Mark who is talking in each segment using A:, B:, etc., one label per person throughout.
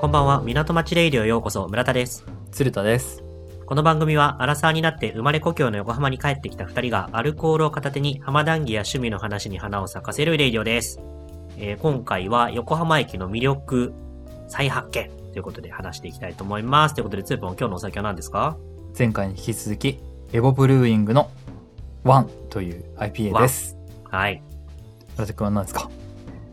A: こんばんは、港町レイディオへようこそ、村田です。
B: 鶴田です。
A: この番組は、アラサーになって生まれ故郷の横浜に帰ってきた二人が、アルコールを片手に浜談義や趣味の話に花を咲かせるレイディオです。えー今回は、横浜駅の魅力再発見ということで話していきたいと思います。ということで、ツーポン、今日のお酒は何ですか
B: 前回に引き続き、エボブルーイングのワンという IPA です。
A: はい。
B: 村田くんは何ですか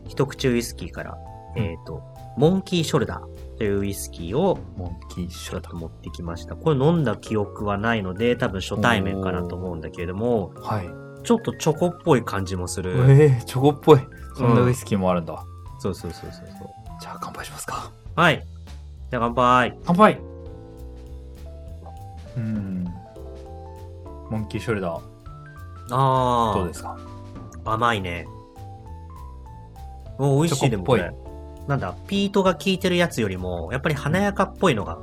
A: 一口ウイスキーから、
B: うん
A: えっ、と、モンキーショルダーというウイスキーを
B: モンキーシ
A: ち
B: ョ
A: ょっ
B: ルダ
A: と持ってきました。これ飲んだ記憶はないので、多分初対面かなと思うんだけれども、
B: ー。はい。
A: ちょっとチョコっぽい感じもする。
B: えー、チョコっぽい。そんなウイスキーもあるんだ。
A: そうそうそうそうそう。
B: じゃあ乾杯しますか。
A: はい。じゃあ乾杯。
B: 乾杯うん。モンキーショルダー、
A: あ
B: どう
A: ー
B: で、すか
A: 甘いね。お、美味しい
B: チ
A: で
B: ョコ
A: もこ
B: っぽい
A: れ。なんだ、ピートが効いてるやつよりも、やっぱり華やかっぽいのが。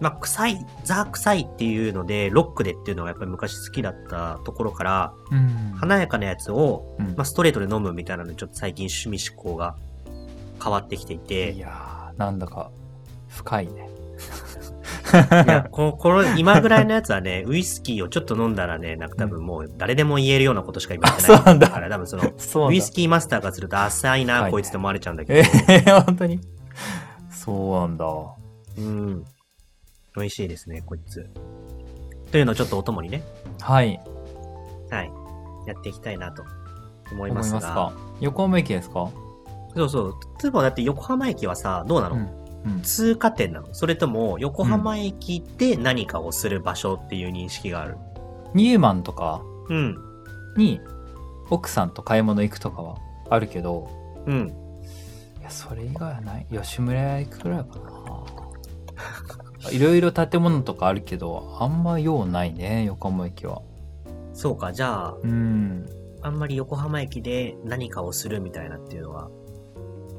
A: まあ、臭い、ザ臭いっていうので、ロックでっていうのがやっぱり昔好きだったところから、
B: うん
A: 華やかなやつを、
B: うん
A: まあ、ストレートで飲むみたいなのにちょっと最近趣味思考が変わってきていて。
B: いやー、なんだか、深い ね。
A: いや、ここの、今ぐらいのやつはね、 ウイスキーをちょっと飲んだらね、なんか多分もう誰でも言えるようなことしか今言って
B: あそうなん
A: ない
B: だ
A: から、多分その、
B: そうなん
A: ウ
B: だ
A: イスキーマスターがすると、浅いな、
B: はい
A: こいつって思われちゃうんだけど、
B: えー、本当にそうなんだ。
A: うん。美味しいですね、こいつ。というのをちょっとお供にね、
B: はい。
A: はい、やっていきたいなと思い
B: 思い
A: ま
B: ますす
A: が。
B: か横浜駅ですか
A: そうそう。例えばだって横浜駅はさ、どうなの、
B: うんうん
A: 通過点なのそれとも、横浜駅で何かをする場所っていう認識がある。
B: ニューマンとか
A: うん。
B: に奥さんと買い物行くとかはあるけど
A: うん。
B: いやそれ以外はない吉村屋行くくらいかな いろいろ建物とかあるけどあんま用ないね横浜駅は
A: そうか、じゃあ、
B: うん
A: あんまり横浜駅で何かをするみたいなっていうのは、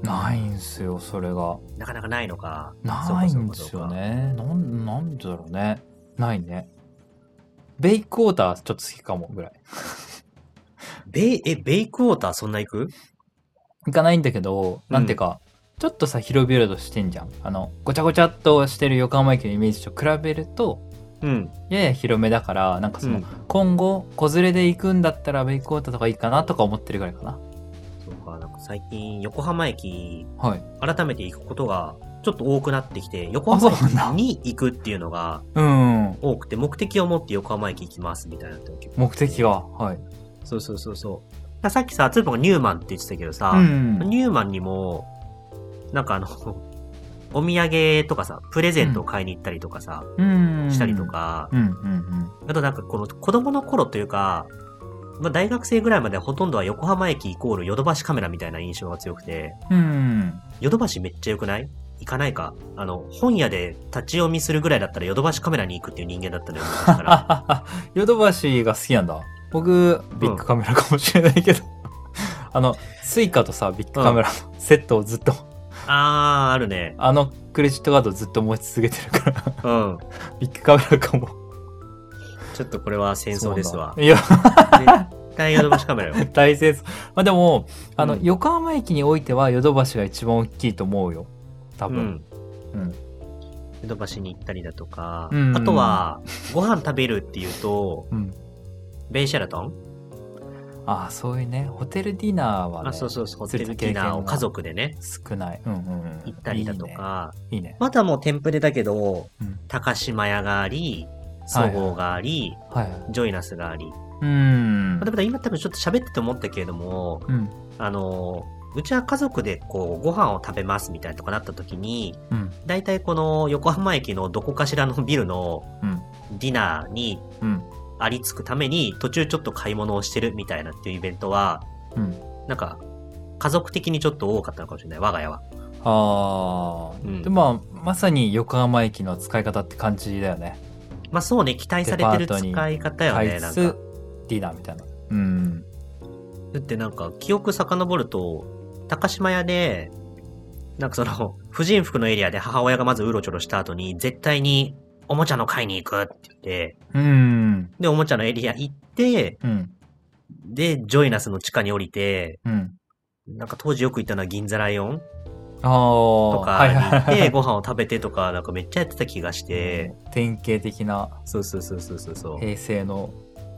B: ないんすよそれが
A: なかなかないのか。
B: ないんですよねなんなんでだろうねないねベイクォーターちょっと好きかもぐらい
A: ベイ、え、ベイクウォーターそんな行く
B: 行かないんだけど、なんていうか、ちょっとさ、広々としてんじゃん。あの、ごちゃごちゃっとしてる横浜駅のイメージと比べると、
A: うん。
B: やや広めだから、なんかその、
A: うん
B: 今後、子連れで行くんだったら、ベイクォーターとかいいかなとか思ってるぐらいかな。
A: そうか、なんか最近横浜駅、
B: はい。
A: 改めて行くことがちょっと多くなってきて、横浜
B: そうな
A: 駅
B: んだ
A: に行くっていうのが
B: うん。
A: 多くて、目的を持って横浜駅行きますみたいな時。
B: 目的が、はい。
A: そうそうそうそう。だからさっきさ、つーぽんがニューマンって言ってたけどさ、
B: うん。
A: ニューマンにも、なんかあの、お土産とかさ、プレゼントを買いに行ったりとかさ、
B: うん。
A: したりと。か、
B: うん、うん、うん。
A: あとなんかこの子供の頃というか、まあ、大学生ぐらいまではほとんどは横浜駅イコールヨドバシカメラみたいな印象が強くて、
B: うん。
A: ヨドバシめっちゃ良くない行かないかあの、本屋で立ち読みするぐらいだったらヨドバシカメラに行くっていう人間だったのよ、昔か
B: あ
A: ら。
B: ははヨドバシが好きなんだ。僕、ビッグカメラかもしれないけど。 あの、スイカとさ、ビッグカメラのセットをずっと
A: あー、あるね。
B: あのクレジットカードずっと持ち続けてるから、
A: うん。
B: ビッグカメラかも。
A: ちょっとこれは戦争ですわ
B: そ。うなんだいや、
A: 絶対ヨドバシカメラよ。
B: 大戦争。まあでも、あの、
A: うん
B: 横浜駅においてはヨドバシが一番大きいと思うよ。 多
A: う
B: 分。
A: ん。
B: うん。
A: ヨドバシに行ったりだとか、
B: うん
A: あとは、ご飯食べるっていうと、
B: うん。
A: ベイシャラトン
B: ああ、そういうね、ホテルディナーは、ね、
A: あ、そうそうそう、ホテル
B: する
A: ディナーを家族でね、
B: 少ない。うんうんうん。
A: 行ったりだとか、
B: いいね。いいね。
A: まだもうテンプレだけど、
B: うん
A: 高島屋があり、そごうがあり、
B: はいはい。
A: ジョイナスがあり。ま
B: うーん
A: あ、で。も今多分ちょっと喋ってて思ったけれども、
B: うん。
A: あの、うちは家族でこう、ご飯を食べますみたいなとかなった時に、
B: うん。
A: 大体この横浜駅のどこかしらのビルの
B: うん。
A: ディナーに
B: うん。
A: ありつくために、途中ちょっと買い物をしてるみたいなっていうイベントは、
B: うん。
A: なんか、家族的にちょっと多かったのかもしれない、我が家は。
B: ああ、
A: うん
B: で、まあ、まさに横浜駅の使い方って感じだよね。
A: まあそうね、期待されてる
B: デパートに
A: 使い方よね、なん
B: つ
A: か。
B: ディナーみたいな。うん。
A: だってなんか、記憶遡ると、高島屋で、なんかその、 婦人服のエリアで母親がまずうろちょろした後に、絶対におもちゃの買いに行くって言って、
B: うん。
A: で、おもちゃのエリア行って、
B: うん。
A: で、ジョイナスの地下に降りて、
B: うん。
A: なんか当時よく行ったのは銀座ライオン
B: ああ
A: と
B: はい
A: かに行っ
B: は
A: て、ご飯を食べてとか、なんかめっちゃやってた気がし
B: い
A: て、
B: 典型的な
A: そうそうそうそうそうそう。
B: 平成の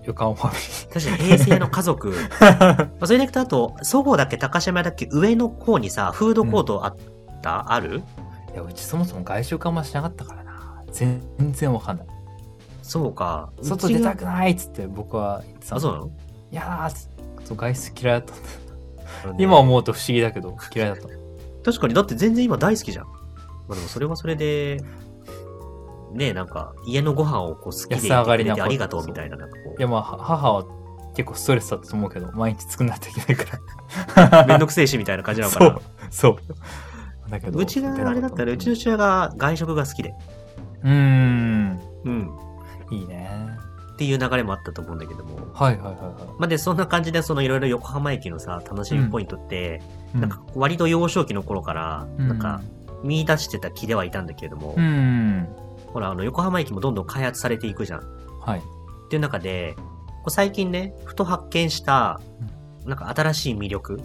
B: 予感ファミ
A: 確かに平成の家 族。まあそれでいくと、あと、そごうだっけ、高島屋だっけ、上の方にさ、フードコートあった、ある
B: リーいやうちそもそも外食あんましなかったからな全然わかんない
A: そうか。
B: 外出た
A: うち
B: くないっつって僕は言ってた
A: があ、そう
B: う
A: なの
B: いやーっつそう外出嫌いだったんだ
A: あのね
B: 今思うと不思議だけど 嫌いだった
A: 確かに、だって全然今大好きじゃん。まあでもそれはそれで、ねえ、なんか、家のご飯をこう好きでいて
B: 安上が
A: く
B: り
A: れ
B: なこ
A: て
B: と
A: ありがとうみたいな、なんかこ
B: いやまあは母は結構ストレスだったと思うけど毎日作んなきゃいけないか
A: う、めんどくせえしみたいな感じな
B: ら
A: のか
B: そう
A: な。
B: そうだけど
A: うちがあれだったら、うちの
B: う
A: 父親が外食が好きで、
B: ーん
A: うん、
B: いいね
A: っていう流れもあったと思うんだけども。
B: はいはいはいは
A: まあで、そんな感じで、そのいろいろ横浜駅のさ、楽しみポイントって、
B: い
A: なんか割と幼少期の頃から、
B: う
A: なんか見出してた気ではいたんだけれども、
B: うん
A: ほら、あの、横浜駅もどんどん開発されていくじゃん。
B: はい
A: っていう中で、こう最近ね、ふと発見した、なんか新しい魅力。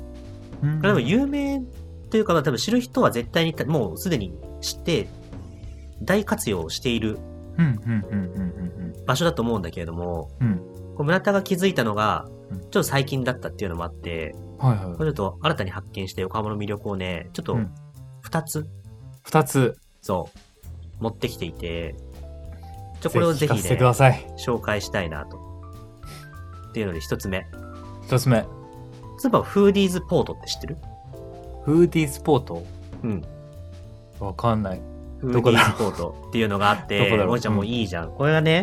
B: うん
A: 例えば有名というか、まあ多分知る人は絶対に、もうすでに知って、大活用している
B: うんうんうんうん
A: 場所だと思うんだけれども、
B: うんうん
A: こう村田が気づいたのが、
B: うん
A: ちょっと最近だったっていうのもあって、
B: はいはい
A: これちょっと新たに発見して横浜の魅力をね、ちょっと
B: うん
A: 2つ、
B: 二つ
A: そう、持ってきていて、ちょ、これをぜ
B: ぜ
A: ひ
B: ひ聞かせて
A: ね
B: く、ださい
A: 紹介したいなと。っていうので一つ目。
B: 一つ目
A: 例えばフーディーズポートって知ってる
B: フーディースポート
A: うん。
B: わかんない
A: フ
B: ど
A: ー
B: こ
A: ディ
B: だ
A: ーズポートっていうのがあっ
B: ど
A: て、
B: こだろう
A: もえちゃんもういいじゃん。これが ね、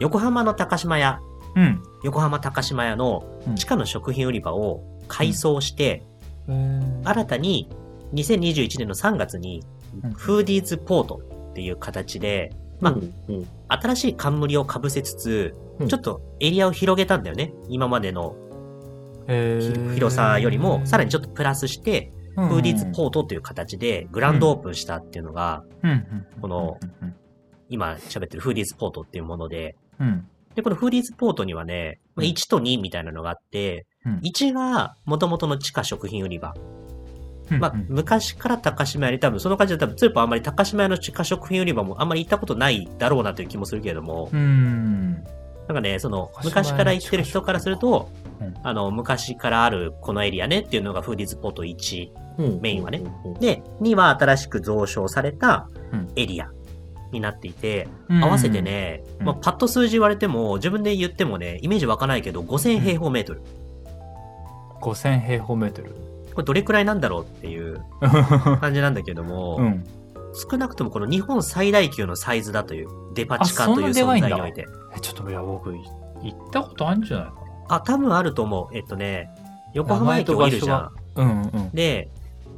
A: 横浜の高島屋、
B: うん
A: 横浜高島屋の
B: うん
A: 地下の食品売り場を改装して、
B: えー
A: 新たに2021年の3月に
B: うん
A: フーディーズポートっていう形で、まあ
B: うん
A: 新しい冠をかぶせつつ、
B: うん
A: ちょっとエリアを広げたんだよね。今までの
B: え
A: ひ
B: ー
A: 広さよりも、さらにちょっとプラスして、
B: うんうん
A: フーディーズポートという形でグランドオープンしたっていうのが、
B: うんうんうん
A: この今喋ってるフーディーズポートっていうもので、
B: うん
A: で、このフーディーズポートにはね、まあ
B: うん
A: 1と2みたいなのがあって、
B: うん
A: 1が元々の地下食品売り場。
B: うん
A: まあ、昔から高島屋に多分、その感じで多分、ツープはあんまり高島屋の地下食品売り場もあんまり行ったことないだろうなという気もするけれども、
B: うん
A: なんかね、その、
B: 高島屋の
A: 昔から行ってる人からすると
B: うん、
A: あの、昔からあるこのエリアねっていうのがフーディーズポート1。メインはね。で、2は新しく増床された
B: うん
A: エリアになっていて、
B: うん
A: 合わせて。ね、
B: うん
A: まあ、パッと数字言われても、自分で言ってもね、イメージ湧かないけど、5000平方メートル。
B: 5000平方メートル。
A: これどれくらいなんだろうっていう感じなんだけども、
B: うん。
A: 少なくともこの日本最大級のサイズだという、デパ地下
B: あそん
A: と
B: な
A: いう
B: でか
A: 存
B: いんだ
A: 在において。
B: え、ちょっといや、僕、い行ったことあるんじゃないか
A: あ、多分あると思う。えっとね、横浜駅降りるじゃ
B: 名前と
A: ん。
B: な。うんうん
A: で、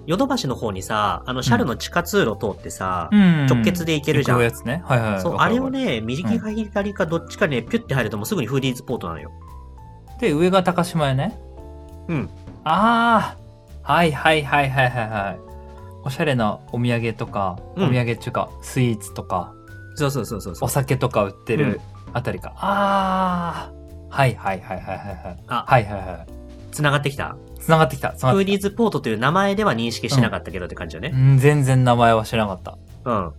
A: ヨドバシの方にさ、あの、シャルの地下通路通ってさ、
B: うん。
A: 直結で行けるじゃん
B: 行くやつね。はいはい。
A: そう、
B: わ
A: あ
B: か
A: れ
B: る
A: を
B: わかる。
A: ね、右か左かどっちかね、ピュッて入るともうすぐにフーディーズポートなのよ。
B: で、上が高島屋ね。
A: うん。
B: ああはいはいはいはいはいはい。おしゃれなお土産とか、お
A: うん
B: 土産っていうか、スイーツとか、
A: そうそうそうそうそ
B: お
A: う。
B: 酒とか売ってるあたりか。ああはいはいはいはいはいはい。
A: あ
B: はいはいはい。
A: 繋がってきた。
B: つながってきた。つな
A: フ
B: が
A: ー
B: って
A: ディ
B: き
A: ーズポートという名前では認識しなかったけどって感じよ
B: た。
A: ね。
B: うん全然名前は知らなかった。
A: うん。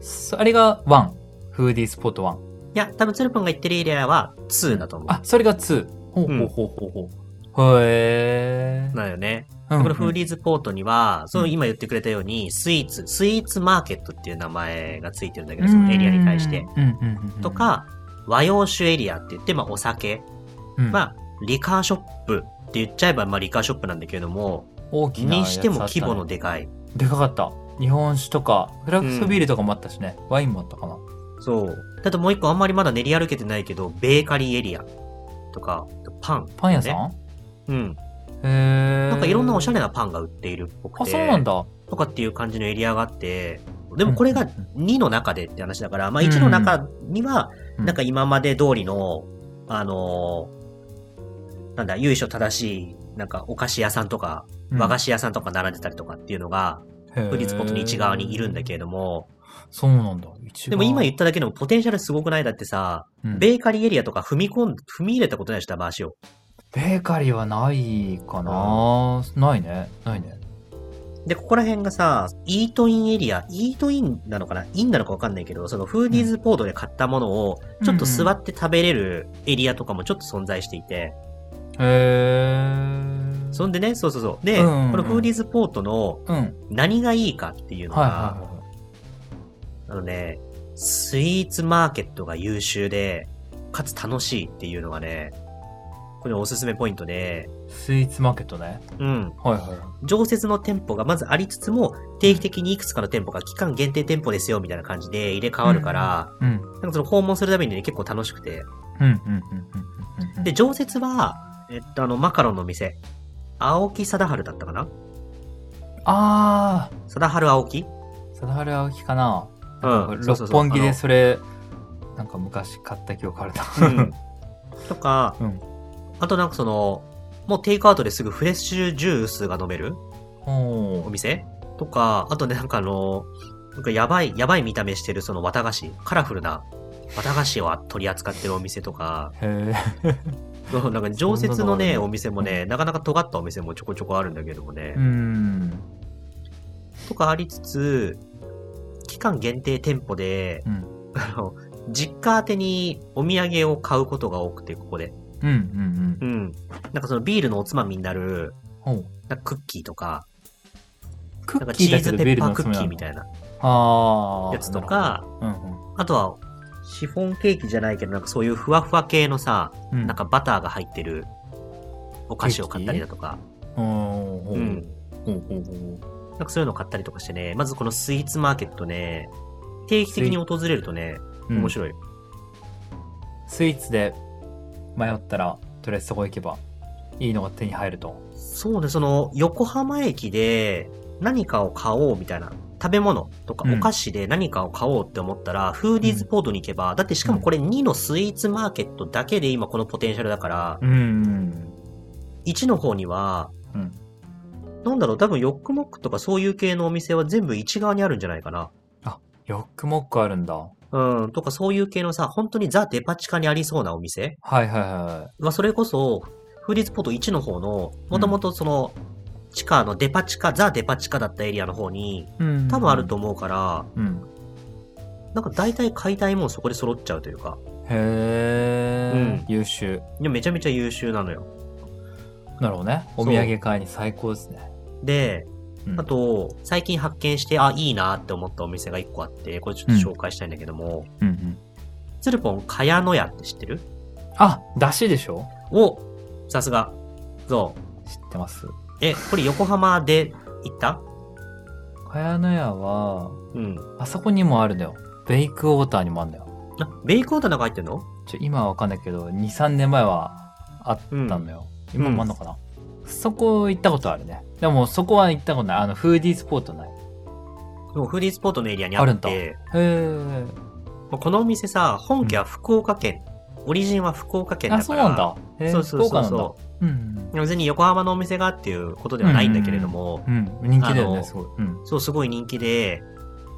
B: そあれが1。フーディースポット1。
A: いや、多分ツルポンが言ってるエリアは2だと思
B: あ、それが2。ほうほうほうほうほう。へえ
A: う。。なのよね。
B: うんうん
A: このフーディーズポートには、そうの
B: ん
A: 今言ってくれたように、スイーツ、スイーツマーケットっていう名前がついてるんだけど、そのエリアに対して。。
B: うんうんうんうん
A: と、か、和洋酒エリアって言って、まあお酒、ま
B: まあ、
A: あリカーショップって言っちゃえば、まあリカーショップなんだけれども、
B: 大きなや
A: に
B: つ
A: しても
B: あったね
A: 規模の。でかい。
B: でかかった。日本酒とか、クラフトビールとかもあったしね。ワインもあったかな。
A: そう。あともう一個あんまりまだ練り歩けてないけど、ベーカリーエリアとか、パン。
B: パン屋さん、
A: うん。
B: へえ。
A: なんかいろんなおしゃ
B: れ
A: れなパンが売っているっぽく
B: あ、
A: て。
B: そうなんだ。
A: とかっていう感じのエリアがあって、でもこれが
B: うんうん
A: 2の中でって話だから、まあ
B: うん
A: 1の中には、
B: うん
A: なんか今まで通りの、あのーなんだ、由緒正しい、なんかお菓子屋さんとか、和菓
B: 子、
A: 子屋さんとか並んでたりとかっていうのが、
B: へー
A: フリーズポットの1側にいるんだけれども、
B: そうなんだ。一
A: でも今言っただけでもポテンシャルすごくないだってさ、
B: 番、
A: ベ
B: ベ
A: ーカリーエリアとか踏み込ん、踏み入れたことないでしょ、多分足を。
B: ベーカリーはないかな、ないね。ないね。
A: で、ここら辺がさ、イートインエリア、イートインなのかなインなのかわかんないけど、そのフーディーズポードで買ったものを、ちょっと座って食べれるエリアとかもちょっと存在していて、
B: へえ。
A: そんでね、そうそうそう。で、
B: うんうんうん
A: このフーディーズポートの
B: うん。はい
A: 何がいいかっていうのが、
B: はいは
A: あのね、スイーツマーケットが優秀で、かつ楽しいっていうのがね、これおすすめポイントで、
B: い。スイーツマーケットね。
A: うん。
B: はいはいはい。
A: 常設の店舗がまずありつつも、定期的にいくつかの店舗が期間限定店舗ですよ、みたいな感じで入れ替わるから、
B: うん。
A: なんかその訪問するたびにね、結構楽しくて。
B: うんうんうんうんうんうん。
A: で、、常設は、えっと、あの、マカロンの店。青木貞治だったかな
B: あ
A: 貞治青木
B: ー、貞治青木かな。
A: うん。そうそうそう
B: 六本木でそれ、なんか昔買った記憶あるな。
A: あの うん。とか、
B: うん
A: あとなんかその、もうテイクアウトですぐフレッシュジュースが飲める
B: お
A: お
B: ー
A: 店とか、あとね、なんかあの、なんかやばい、やばい見た目してるその綿菓子、カラフルな綿菓子を取り扱ってるお店とか、
B: へ
A: そうなんか常設のね、
B: そんなのあるの
A: お店もね、なかなか尖ったお店もちょこちょこあるんだけどもね
B: え。う、ん。
A: とかありつつ、期間限定店舗で、
B: うん。
A: あの、実家宛てにお土産を買うことが多くて、ここで。
B: うんうんうん。
A: うん。なんかそのビールのおつまみになる、
B: ほう
A: なんかクッキーとか、
B: ク
A: なん
B: ッ
A: か
B: キ
A: チー
B: ーだけ
A: ズ
B: ど
A: ペ
B: ベー
A: ッ
B: ル
A: パー
B: の
A: クッキーみ
B: い
A: たいな
B: な。あー。
A: やつとか、
B: なるほど。うん
A: あとは、シフォンケーキじゃないけど、なんかそういうふわふわ系のさ、
B: うん。うん
A: なんか、バターが入ってるお菓子を買ったりだとか、
B: おーほう
A: うん。
B: ほうほうほう
A: なんかそういうのを買ったりとかしてね、まずこのスイーツマーケットね、定期的に訪れるとね、
B: うん
A: 面白い。
B: スイーツで迷ったら、とりあえずそこ行けば、いいのが手に入ると。
A: そうね、その、横浜駅で何かを買おうみたいな、食べ物とか
B: うん
A: お菓子で何かを買おうって思ったら、フーディーズポートに行けば、だってしかもこれ2のスイーツマーケットだけで今このポテンシャルだから、
B: うん。
A: 1の方には、
B: うん
A: なんだろう、多分ヨックモックとかそういう系のお店は全部1側にあるんじゃないかな。
B: ヨックモックあるんだ。は
A: うん、とかそういう系のさ、本当にザ・デパ地下にありそうなお店
B: いはいは
A: まあ、それこそ、フーディーズポート1の方の、もともとその、地下のデパ地下、ザ・デパ地下だったエリアの方に、
B: い。うん
A: 多分あると。思うから、
B: うん。
A: なんか大体買いたいもんそこで揃っちゃうというか、
B: へ
A: うん
B: ー優秀。
A: いやめちゃめちゃ優秀なのよ。
B: なるほどね。お土産買いに最高ですね。
A: で、
B: うん
A: あ、と、最近発見して、あ、いいなって思ったお店が1個あって、これちょっと紹介したいんだけども、
B: うんうん。
A: つるぽん、かやのやって知ってる
B: あ、だしでしょ
A: おさすが。そう。
B: 知ってます。
A: え、これ横浜で行った
B: かやのやは、
A: うん。
B: あそこにもあるんだよ。ベイクウォーターにもあるんだよ。
A: あ、ベイクオーダーなんか入ってんの
B: ちょ今はわかんないけど、2、3年前はあったんだよ。
A: ん
B: 今もあんのかな、そこ行ったことあるね。でもそこは行ったことない。あの、フーディースポットない。
A: でもフーディースポットのエリアにあ
B: ある
A: っ
B: んだ
A: て、
B: へー
A: まあこのお店さ、本家は福岡県。オリジンは福岡県だ
B: あ、
A: から。
B: そうなんだ。へー
A: そうそう
B: 福岡
A: そう
B: なんだ。
A: そう
B: うん。
A: 別に横浜のお店がっていうことではないんだけれども、
B: うん。人気だよ
A: あの
B: ね、すごい。うん。
A: そう、すごい人気で、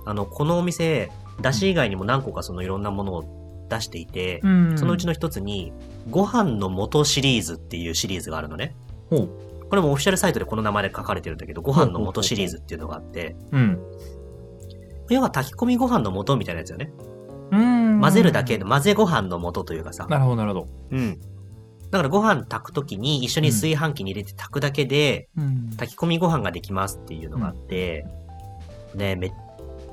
A: あの、このお店、出汁以外にも何個かそのいろんなものを出していて、
B: うん
A: そのうちの一つに、ご飯の元シリーズっていうシリーズがあるのね。
B: ほう。
A: これもオフィシャルサイトでこの名前で書かれてるんだけど、ご飯の元シリーズっていうのがあって、
B: うん。
A: 要は炊き込みご飯の元みたいなやつよね。
B: うん。
A: 混ぜるだけ。の、混ぜご飯の元というかさ。
B: なるほど、なるほど。
A: うん。だからご飯炊くときに一緒に炊飯器に入れて炊くだけで、
B: うん。
A: 炊き込みご飯ができますっていうのがあって、ね、めっ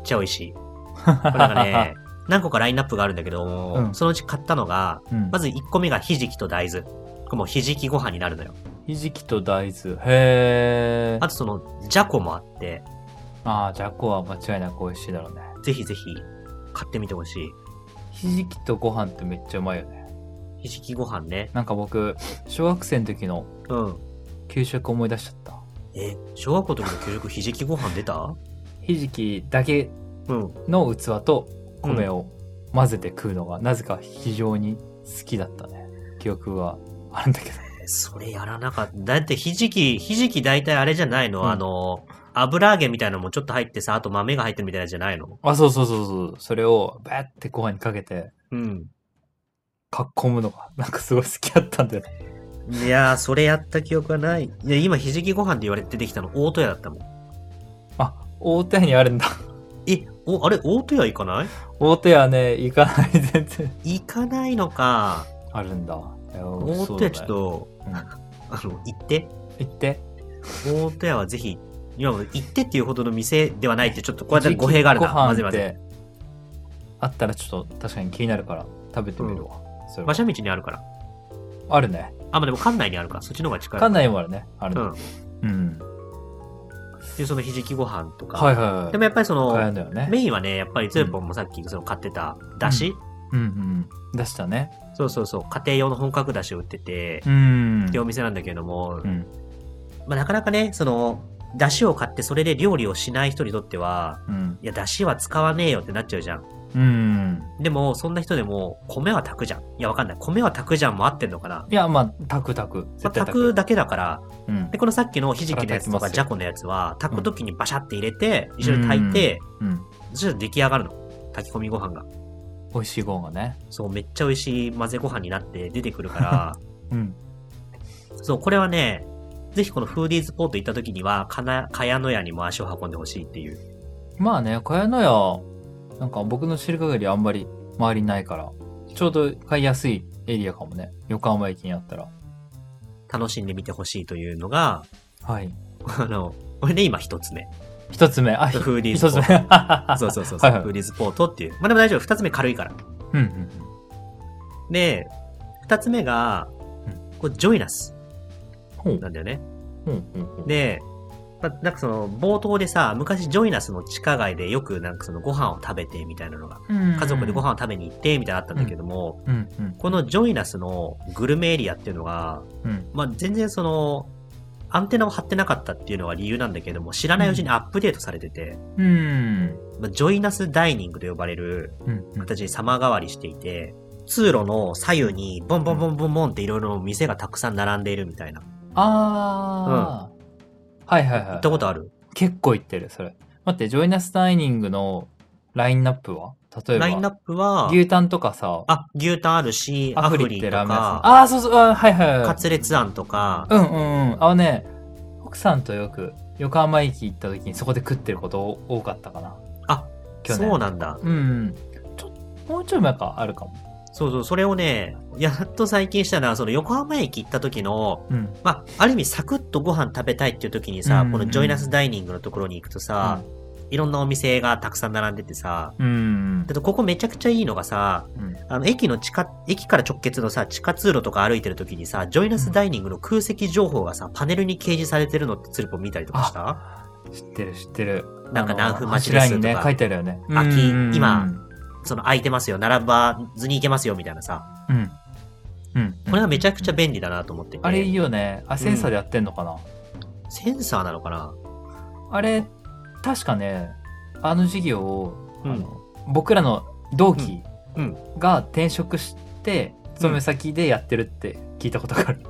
A: ちゃ美味 しい。これがね、何個かラインナップがあるんだけども、
B: うん
A: そのうち買ったのが、
B: うん
A: まず1個目がひじきと大豆。これもうひじきご飯になるのよ。
B: ひじきと大豆。へー
A: あとその、じゃこもあって、
B: ああ、じゃこは間違いなく美味しいだろうね。
A: ぜひぜひ買ってみてほしい。
B: ひじきとご飯ってめっちゃうまいよね。
A: ひじきご飯ね。
B: なんか僕、小学生の時の
A: うん。
B: 給食思い出しちゃった。
A: え、小学校の時の給食ひじきご飯出た
B: ひじきだけ
A: うん。
B: の器と米を混ぜて食うのが、なぜか非常に好きだったね。記憶があるんだけど。
A: それやらなかった。だってひじき、ひじき大体あれじゃないの、
B: うん
A: あの、油揚げみたいなのもちょっと入ってさ、あと豆が入ってるみたいなのじゃないの
B: あ、そうそうそうそう。それをバーってご飯にかけて、
A: うん。
B: かっこむのが、なんかすごい好きだったんだよね。
A: いやー、それやった記憶はない。いや、今ひじきご飯って言われて出てきたの、大戸屋だったもん。
B: 大手屋にあるんだ。
A: え、お、あれ、大手屋行かない
B: 大手屋ね、行かない、全然。
A: 行かないのか。
B: あるんだ。
A: 大手屋ちょっと、
B: うん
A: あの、行って。
B: 行って。
A: 大手屋はぜひ、今も行ってっていうほどの店ではないって、ちょっとこうやって語弊があるな。
B: ご飯
A: まずいまずい。
B: ってあったらちょっと確かに気になるから食べてみるわ。それは
A: 馬車道にあるから。
B: あるね。
A: あ、まあでも館内にあるか。そっちの方が近い。
B: 館内もあるね。あるね。
A: うん。
B: うん。
A: で、そのひじきご飯とか。
B: はいはいはい。
A: でもやっぱりそ
B: 買える
A: の
B: ん、だよね。
A: メインはね、やっぱりツーポンもさっきその買ってただし、
B: うんうん。出したね。
A: そうそうそう、家庭用の本格だしを売ってて、
B: うん。
A: ってお店なんだけれども、
B: うん。
A: まあ、なかなかね、その、出汁を買ってそれで料理をしない人にとっては、
B: うん。
A: いや、出汁は使わねえよってなっちゃうじゃん。
B: うん。
A: でも、そんな人でも、米は炊くじゃん。いや、わかんない。米は炊くじゃんも合ってんのかな。
B: いや、まあ、炊く炊く。
A: まあ、
B: 絶対
A: 炊
B: 炊
A: く
B: く。
A: だけだから、
B: うん
A: で、。このさっきのひじきのやつとか
B: あ炊きますよ
A: じゃこのやつは、炊く時にバシャって入れて、一緒に炊いて、
B: うん。
A: そしたら出来上がるの。炊き込みご飯が。
B: 美味しいご飯がね。
A: そう、めっちゃ美味しい混ぜご飯になって出てくる から、
B: うん。
A: そう、これはね、ぜひこのフーディーズポート行った時には、かな、かやのやにも足を運んでほしいっていう。
B: まあね、茅野屋、なんか僕の知る限りあんまり周りにないから、ちょうど買いやすいエリアかもね。横浜駅にあったら。
A: 楽しんでみてほしいというのが、
B: はい。
A: あの、これね、今一つ目。
B: 一つ目。あ、ひ
A: フーディー
B: 一
A: ズ
B: つ
A: ポ
B: 目。
A: ート。 そうそうそうそう、
B: はいはい
A: フーディーズポートっていう。まあでも大丈夫、二つ目軽いから。
B: うんうんうん。
A: で、二つ目が
B: う、
A: こうジョイナス
B: ほう。
A: なんだよね。
B: ほうほうほう。
A: で、まあ、なんかその、冒頭でさ、昔ジョイナスの地下街でよくなんかそのご飯を食べてみたいなのが、家
B: 家
A: 族でご飯を食べに行ってみたいなのあったんだけども、
B: うんうん
A: このジョイナスのグルメエリアっていうのが、
B: うん。
A: まあ、全然その、アンテナを張ってなかったっていうのが理由なんだけども、知らないうちにアップデートされてて、
B: うん。
A: まあジョイナスダイニングと呼ばれる
B: うんうん。
A: 形に様変わりしていて、通路の左右にボンボンボンボンボンっていろいろ店がたくさん並んでいるみたいな。
B: あー。はいはいはい。
A: 行ったことある
B: 結構行ってる、それ。待って、ジョイナスダイニングのラインナップは例えば。
A: ラインナップは、
B: 牛タンとかさ、
A: あ、牛タンあるし、アフリと
B: ラーメン屋さん。
A: か、
B: ああー、そうそう、あはいはいはい。
A: カツレツンとか、
B: うんうんうん。あのね、奥さんとよく横浜駅行った時にそこで食ってること多かったかな。
A: あ、
B: 去年。
A: そうなんだ。
B: うんうん。ちょっと、もうちょい前か、あるかも。
A: そうそう、それをね、やっと最近したのは、その横浜駅行った時の、
B: うん。
A: まあ、ある意味サクッとご飯食べたいっていう時にさ、
B: うんうん
A: このジョイナスダイニングのところに行くとさ、いろんなお店がたくさん並んでてさ、
B: うんうん
A: だとここめちゃくちゃいいのがさ、
B: うん。
A: あの駅の地下、駅から直結のさ、地下通路とか歩いてる時にさ、ジョイナスダイニングの空席情報がさ、パネルに掲示されてるのってツルポ見たりとかしたあ
B: 知ってる知ってる。
A: なんか
B: あの
A: 何分待ちですとか
B: 柱にね、書いてあるよね。
A: 空き
B: うんうん
A: 今その空いてますよ、並ばずに行けますよみたいなさ、
B: うん。うん。
A: これがめちゃくちゃ
B: うん
A: 便利だなと思ってて、
B: あれいいよね。あ、センサーでやってんのかな。
A: センサーなのかな
B: あれ、確かね、あの事業を、
A: うん
B: あの僕らの同期
A: うん
B: が転職して、勤め先でやってるって聞いたことがある。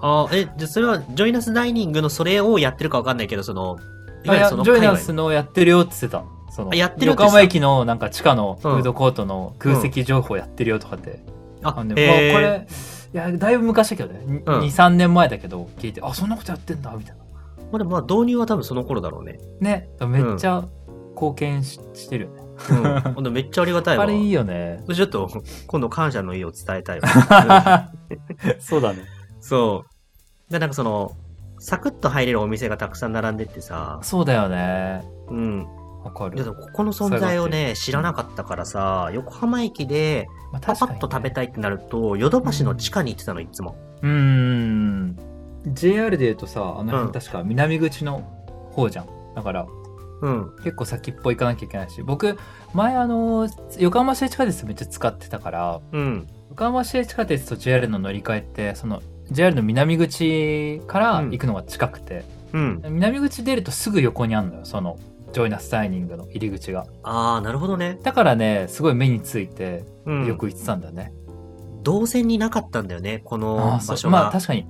A: ああ、え、じゃあそれはジョイナスダイニングのそれをやってるかわかんないけど、その、いわゆ
B: あい
A: る
B: や
A: その
B: ジョイ
A: 界
B: ナ
A: 隈
B: スのやってるよって言ってた。その
A: あやってるって
B: 横浜駅のなんか地下のフードコートの
A: うん
B: 空席情報やってるよとかって。
A: あ
B: あ、のね
A: へー
B: まあこれ、いや、だいぶ昔だけどね。に
A: うん
B: 2、3年前だけど、聞いて、あ、そんなことやってんだ、みたいな。
A: まあでもまあ導入は多分その頃だろうね。
B: ね、めっちゃ貢献し,、てるよね。
A: うん。 ほんとめっちゃありがたいわ。
B: あれいいよね。
A: ちょっと、今度感謝の意を伝えたい わ。
B: そうだ
A: う
B: ね。
A: んそう。で、なんかその、サクッと入れるお店がたくさん並んでってさ、
B: そうだよね。
A: うん。
B: わか
A: で
B: る。
A: ここの存在をね、知らなかったからさ、横浜駅で
B: まあ
A: パパッと食べ
B: ね
A: たいってなると、ヨドバシの地下に行ってたの、いつも。
B: うーん。JR で言うとさ、あの
A: うん
B: 辺確か南口の方じゃん。だから
A: うん。
B: 結構先っぽ行かなきゃいけないし、僕、前あの、横浜市営地下鉄めっちゃ使ってたから、
A: うん。
B: 横浜市営地下鉄と JR の乗り換えって、その JR の南口から行くのが近くて、
A: うん。
B: 南口出るとすぐ横にあるのよ、そのジョイナスダイニングの入り口が。
A: ああ、なるほどね。
B: だからね、すごい目について、
A: うん。
B: よく行ってたんだよね。
A: 動線になかったんだよね、こ
B: あ
A: の
B: あ、そ
A: 場
B: う。
A: 所が。
B: まあ確かに。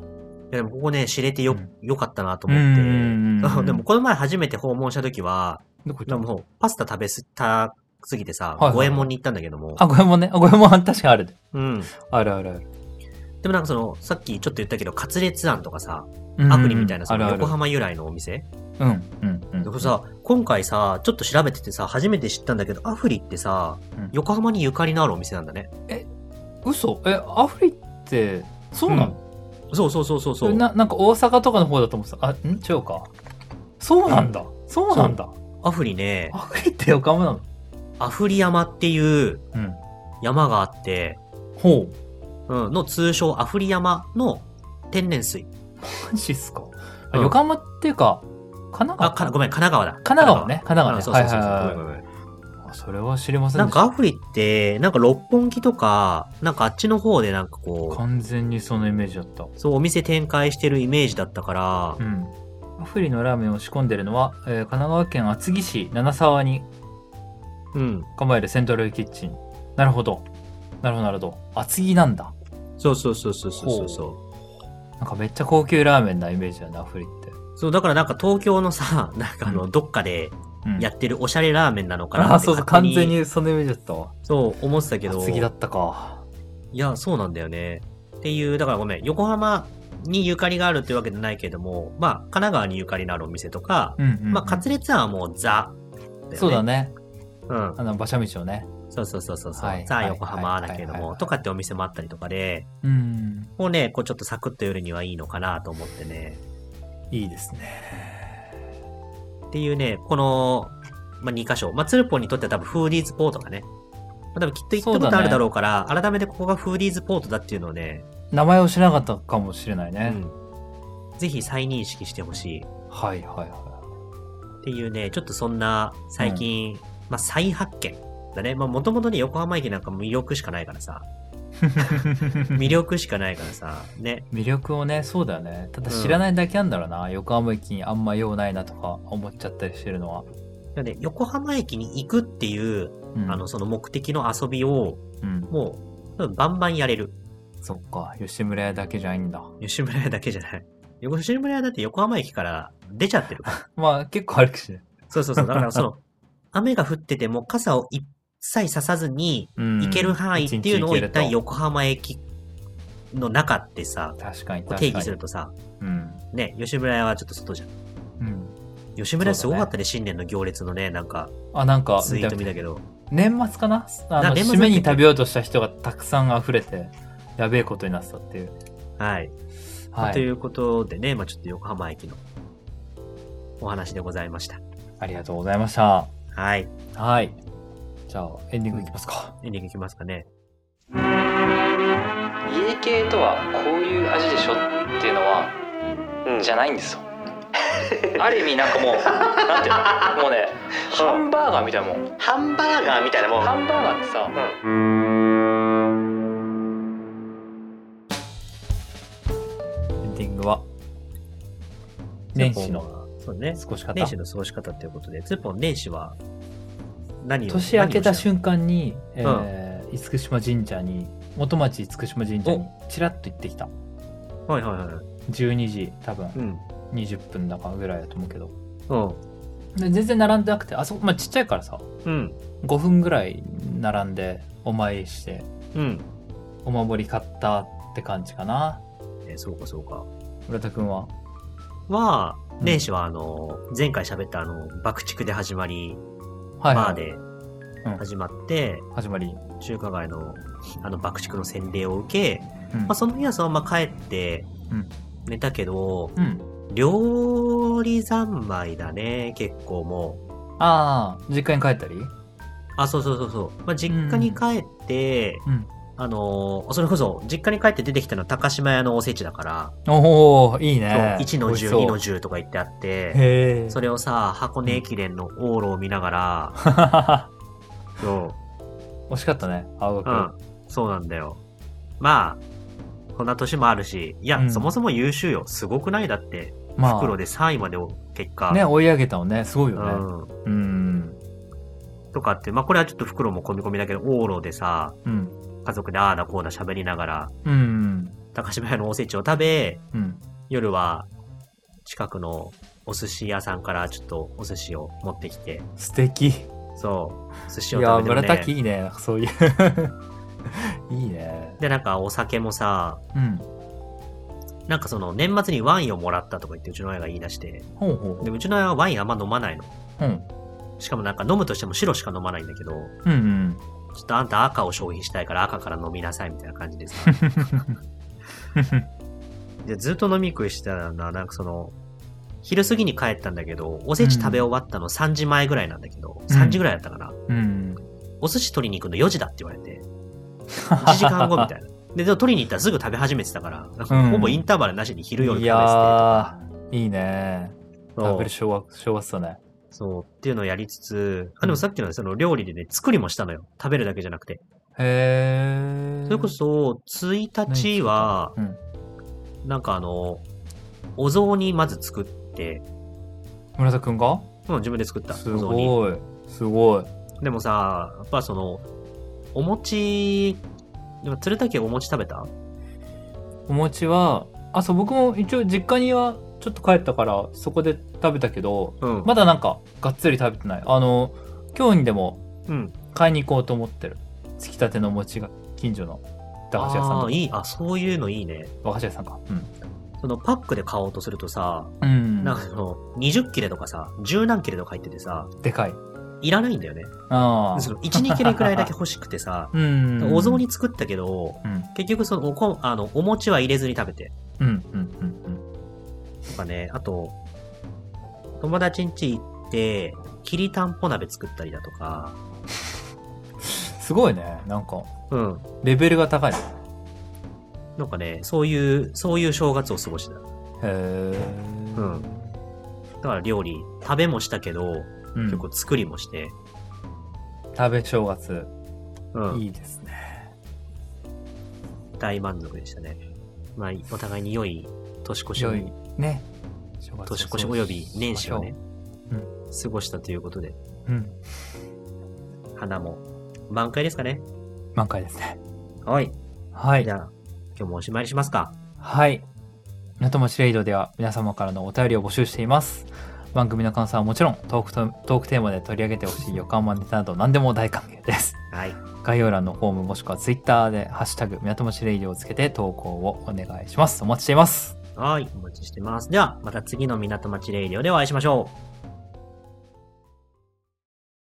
A: いやでもここね、知れてよ、
B: うん
A: よかったなと
B: う
A: 思
B: んう
A: っ
B: んうんう
A: て。
B: ん
A: でも、この前初めて訪問した時は、
B: どこ行っ
A: で
B: た
A: ももうパスタ食べすたすぎてさ、
B: はいはい
A: 五右衛門に行ったんだけども。
B: あ、五右衛門ね。あ、五右衛門は確かにある。
A: うん。
B: あるあるある。
A: でもなんかその、さっきちょっと言ったけど、カツレツ庵とかさ、
B: うん
A: アプリみたいな、そ
B: ある
A: の
B: ある
A: 横浜由来のお店
B: うんうんうん。
A: でもさ、今回さ、ちょっと調べててさ、初めて知ったんだけど、アフリってさ、
B: うん
A: 横浜にゆかりのあるお店なんだね。
B: 嘘えアフリってそうなの、
A: そうそうそうそうそう。
B: ななんか大阪とかの方だと思ってたあん違うかそうなんだ、そうなんだ
A: アフリね
B: ア、フリって横浜なの
A: アフリ山っていう
B: うん
A: 山があって、
B: ほう
A: うん、の通称アフリ山の天然水。
B: マジっすか、あ
A: うん
B: 横浜っていうか神
A: あ、
B: 奈
A: か
B: 川
A: ごめん、神奈川だ。
B: 神奈川ね神
A: うん
B: 奈
A: そう
B: 川
A: そ
B: ね、
A: うそうそう。
B: はいはい
A: ごめん
B: はい
A: ごめん
B: あそれは知りません
A: なん
B: でし
A: か
B: た
A: アフリって、なんか六本木とか、なんかあっちの方でなんかこ
B: 完全にそのイメージだった
A: う、そうお店展開してるイメージだったから
B: う、んアフリのラーメンを仕込んでるのは、えー神奈川県厚木市七沢に
A: うん、
B: 構えるセントラルキッチンなるほどなるほどなるほど厚木なんだ
A: そうそうそうそうそうそうそう。
B: なんかめっちゃ高級ラーメンなイメージだねアフリって、
A: そう、だからなんか東京のさ、 なんかあの、
B: うん
A: どっかで
B: うん、
A: やってるおしゃれラーメンなのかな
B: あ
A: って
B: そうそう
A: 勝手
B: 完全。にそのイメージだったわ
A: そう、思ってたけど。
B: 厚木だったか
A: いや、そうなんだよね。っていう、だからごめん、横浜にゆかりがあるってわけじゃないけども、まあ、神奈川にゆかりのあるお店とか、
B: うんうんうん、
A: まあ、カツレツはもうザ、だよね
B: そうだ。ね
A: うん。
B: あの馬車道をね
A: そうそうそうそう。そう
B: はい
A: ザ
B: はい
A: 横浜だけど
B: はいはいは
A: も、
B: い
A: とかってお店もあったりとかで、
B: うん
A: もうね、こうちょっとサクッと夜にはいいのかなと思ってね。
B: いいですね
A: っていうね、この、まあ、2箇所。まあ、ツルポンにとっては多分フーディーズポートがね。まあ、多分きっと行ったことあるだろうから、改めてここがフーディーズポートだっていうのをね、
B: 名前を知らなかったかもしれないうね、
A: ん、ぜひ再認識してほしい。っ
B: はいはい は
A: ていうね、ちょっとそんな最近、まあ、再発見だね。まあ、もともとね、横浜駅なんか魅力しかないからさ、
B: い
A: 魅力しかないからさ、ね。
B: 魅力をねそうだよねただ知らないだけなんだろうな、横浜駅にあんま用ないなとか思っちゃったりしてるのは、
A: なので、横浜駅に行くっていう、
B: うん
A: あの、その目的の遊びを、
B: うん、
A: もう、多分バンバンやれる。
B: そっか吉村屋だけじゃないんだ
A: 吉村屋だけじゃない。吉村屋だって横浜駅から出ちゃってるから
B: まあ結構歩くしね、
A: そうそうそう。だからその、雨が降ってても傘を一切ささずに
B: うん
A: 行ける範囲っていうのを一
B: 一日行ける
A: 旦
B: と
A: 横浜駅の中ってさ、
B: 確かに
A: こう
B: 確か
A: 定
B: に
A: 義するとさ、
B: うん、
A: ね、吉村屋はちょっと外じゃん。
B: うん、
A: 吉村屋すごかったね、新年の行列のね、なんか、
B: あなんか
A: ツイート見たけど。
B: 年末かなあ
A: な
B: の
A: 年末
B: 締めに食べようとした人がたくさん溢れてやべえことになってたっていう
A: はい。
B: は
A: と
B: い
A: いうことでね、まあちょっと横浜駅のお話でございました。
B: ありがとうございました
A: はい。
B: はいじゃあエンディングいきますか、
A: エンディングいきますかね。
B: 家系とはこういう味でしょっていうのは
C: うん
B: じゃないんですよ ある意味なんかもうなんていうのもうねハンバーガーみたいなもん
C: ハンバーガーみたいなもん。
B: ハンバーガーってさ、エンディングは年始の
A: そうね。
B: 過ごし方
A: 年始の過ごし方ということで、ツーポン年始は何を
B: 年明けた
A: 何をしたの
B: 瞬間に、えー厳島神社に元町厳島神社にちらっと行ってきた
A: はいはいはい。
B: 12時多分
A: うん。
B: 20分だかぐらいだと思うけど
A: うん。
B: で全然並んでなくてあそこ、まあ、ちっちゃいからさ
A: うん。
B: 5分ぐらい並んでお参りして
A: うん。
B: お守り買ったって感じかな
A: えーそうかそうか。
B: 浦田君は
A: は、
B: うん
A: 年始はあの、前回喋ったあの、爆竹で始まり、
B: はい、
A: バ
B: は
A: ー
B: い、
A: で
B: うん
A: 始まって、
B: 始まり、
A: 中華街のあの爆竹の洗礼を受け、
B: うん
A: まあ、その日はそのまま帰って
B: うん、
A: 寝たけど、
B: うん、
A: 料理三昧だね、結構もう。
B: ああ実家に帰ったり
A: あ、そうそうそうそう。まあ、実家に帰って、
B: うん
A: あのーそれこそ、実家に帰って出てきたのは高島屋のおせちだから、
B: おおいい
A: そう
B: ね
A: 1の
B: 美味し
A: 10、
B: そう
A: 2の10とか言ってあって、
B: へえ
A: それをさ、箱根駅伝の往路を見なが ら、そ
B: 惜しかったね青
A: う、
B: 学、
A: うん、そうなんだよ。まあ、こんな年もあるし、いや、
B: うん
A: そもそも優秀よ。すごくないだって、
B: ま
A: 袋で3位までを結果、
B: あね追い上げたのねすごいうよね
A: ん、
B: うん
A: とかって、まあこれはちょっと袋も込み込みだけど、往路でさ、
B: うん
A: 家族でああだこうだ喋りながら、
B: うん
A: 高島屋のおせちを食べ、
B: うん
A: 夜は近くのお寿司屋さんからちょっとお寿司を持ってきて、
B: 素敵い
A: そう、寿司を
B: や
A: 食べて、ね、
B: 紫いいねなんかそういう いいね
A: で、なんかお酒もさ、
B: うん
A: なんかその年末にワインをもらったとか言ってうちの親が言い出して、
B: ほうほ
A: でうちの親はワインあんま飲まないの。
B: う。うん。
A: しかもなんか飲むとしても白しか飲まないんだけど、
B: うんうん。
A: ちょっとあんた赤を消費したいから赤から飲みなさいみたいな感じで さ。でずっと飲み食いしてたらな、なんかその、昼過ぎに帰ったんだけど、おせち食べ終わったの3時前ぐらいなんだけど、3時ぐらいだったかな。
B: うん。
A: お寿司取りに行くの4時だって言われ て、1時間後みたいな。で、でも取りに行ったらすぐ食べ始めてたから、なんかほぼインターバルなしに昼夜食
B: い
A: べててとか、
B: やー、いいね。
A: そう
B: 食べる昭和、昭和っすよね。
A: そう、っていうのをやりつつ、あ、でもさっきのその料理でね、作りもしたのよ。食べるだけじゃなくて。
B: へえ。
A: それこ、そ、1日は、
B: うん。
A: なんかあの、お雑煮まず作って、
B: 村田くんが
A: うん、自分で作った。
B: す
A: お雑煮。
B: ごい。すごい。
A: でもさ、やっぱその、お餅、でも鶴竹お餅食べた
B: お餅は、あ、そう、僕も一応実家にはちょっと帰ったから、そこで食べたけど、
A: うん。
B: まだなんか、がっつり食べてない。あの、今日にでも
A: うん。
B: 買いに行こうと思ってる。つきたての餅が、近所の駄菓子屋さん
A: あ
B: と
A: ーいい。あ、そういうのいいね。
B: 和菓子屋さんか。
A: そのパックで買おうとするとさ、
B: うん。うん。
A: なんかその、20切れとかさ、10何切れとか入っててさ、
B: でかい。
A: いらないんだよね。
B: あ
A: その、1、2切れくらいだけ欲しくてさ
B: あ。、 うん。
A: お雑煮作ったけど、
B: うん。
A: 結局そのおこ、あの、お餅は入れずに食べて。
B: うん。うん。うん。
A: とかね、あと、友達ん家行って、きりたんぽ鍋作ったりだとか、
B: すごいね。なんか、
A: うん。
B: レベルが高いね。
A: なんかね、そういう、そういう正月を過ごしてた。
B: へえ。
A: うん。だから料理、食べもしたけど、
B: うん。
A: 結構作りもして、
B: 食べ正月、
A: うん。
B: いいですね。
A: 大満足でしたね。まあ、お互いに良い年越しを
B: 良、いね。正月を
A: 年越しおよび年始をね、
B: う
A: 過ごしたということで、
B: うん。
A: 花も満開ですかね。
B: 満開ですね。
A: はい。
B: はい
A: じ。ゃあ、今日もおしまいにしますか。
B: はい。港町レイドでは皆様からのお便りを募集しています。番組の感想はもちろん、トークとトークテーマで取り上げてほしい横浜ネタなど何でも大歓迎です。
A: はい。
B: 概要欄のフォームもしくはツイッターで、ハッシュタグ、港町レイドをつけて投稿をお願いします。お待ちしています。
A: はい。お待ちしてます。では、また次の港町レイディオでお会いしましょう。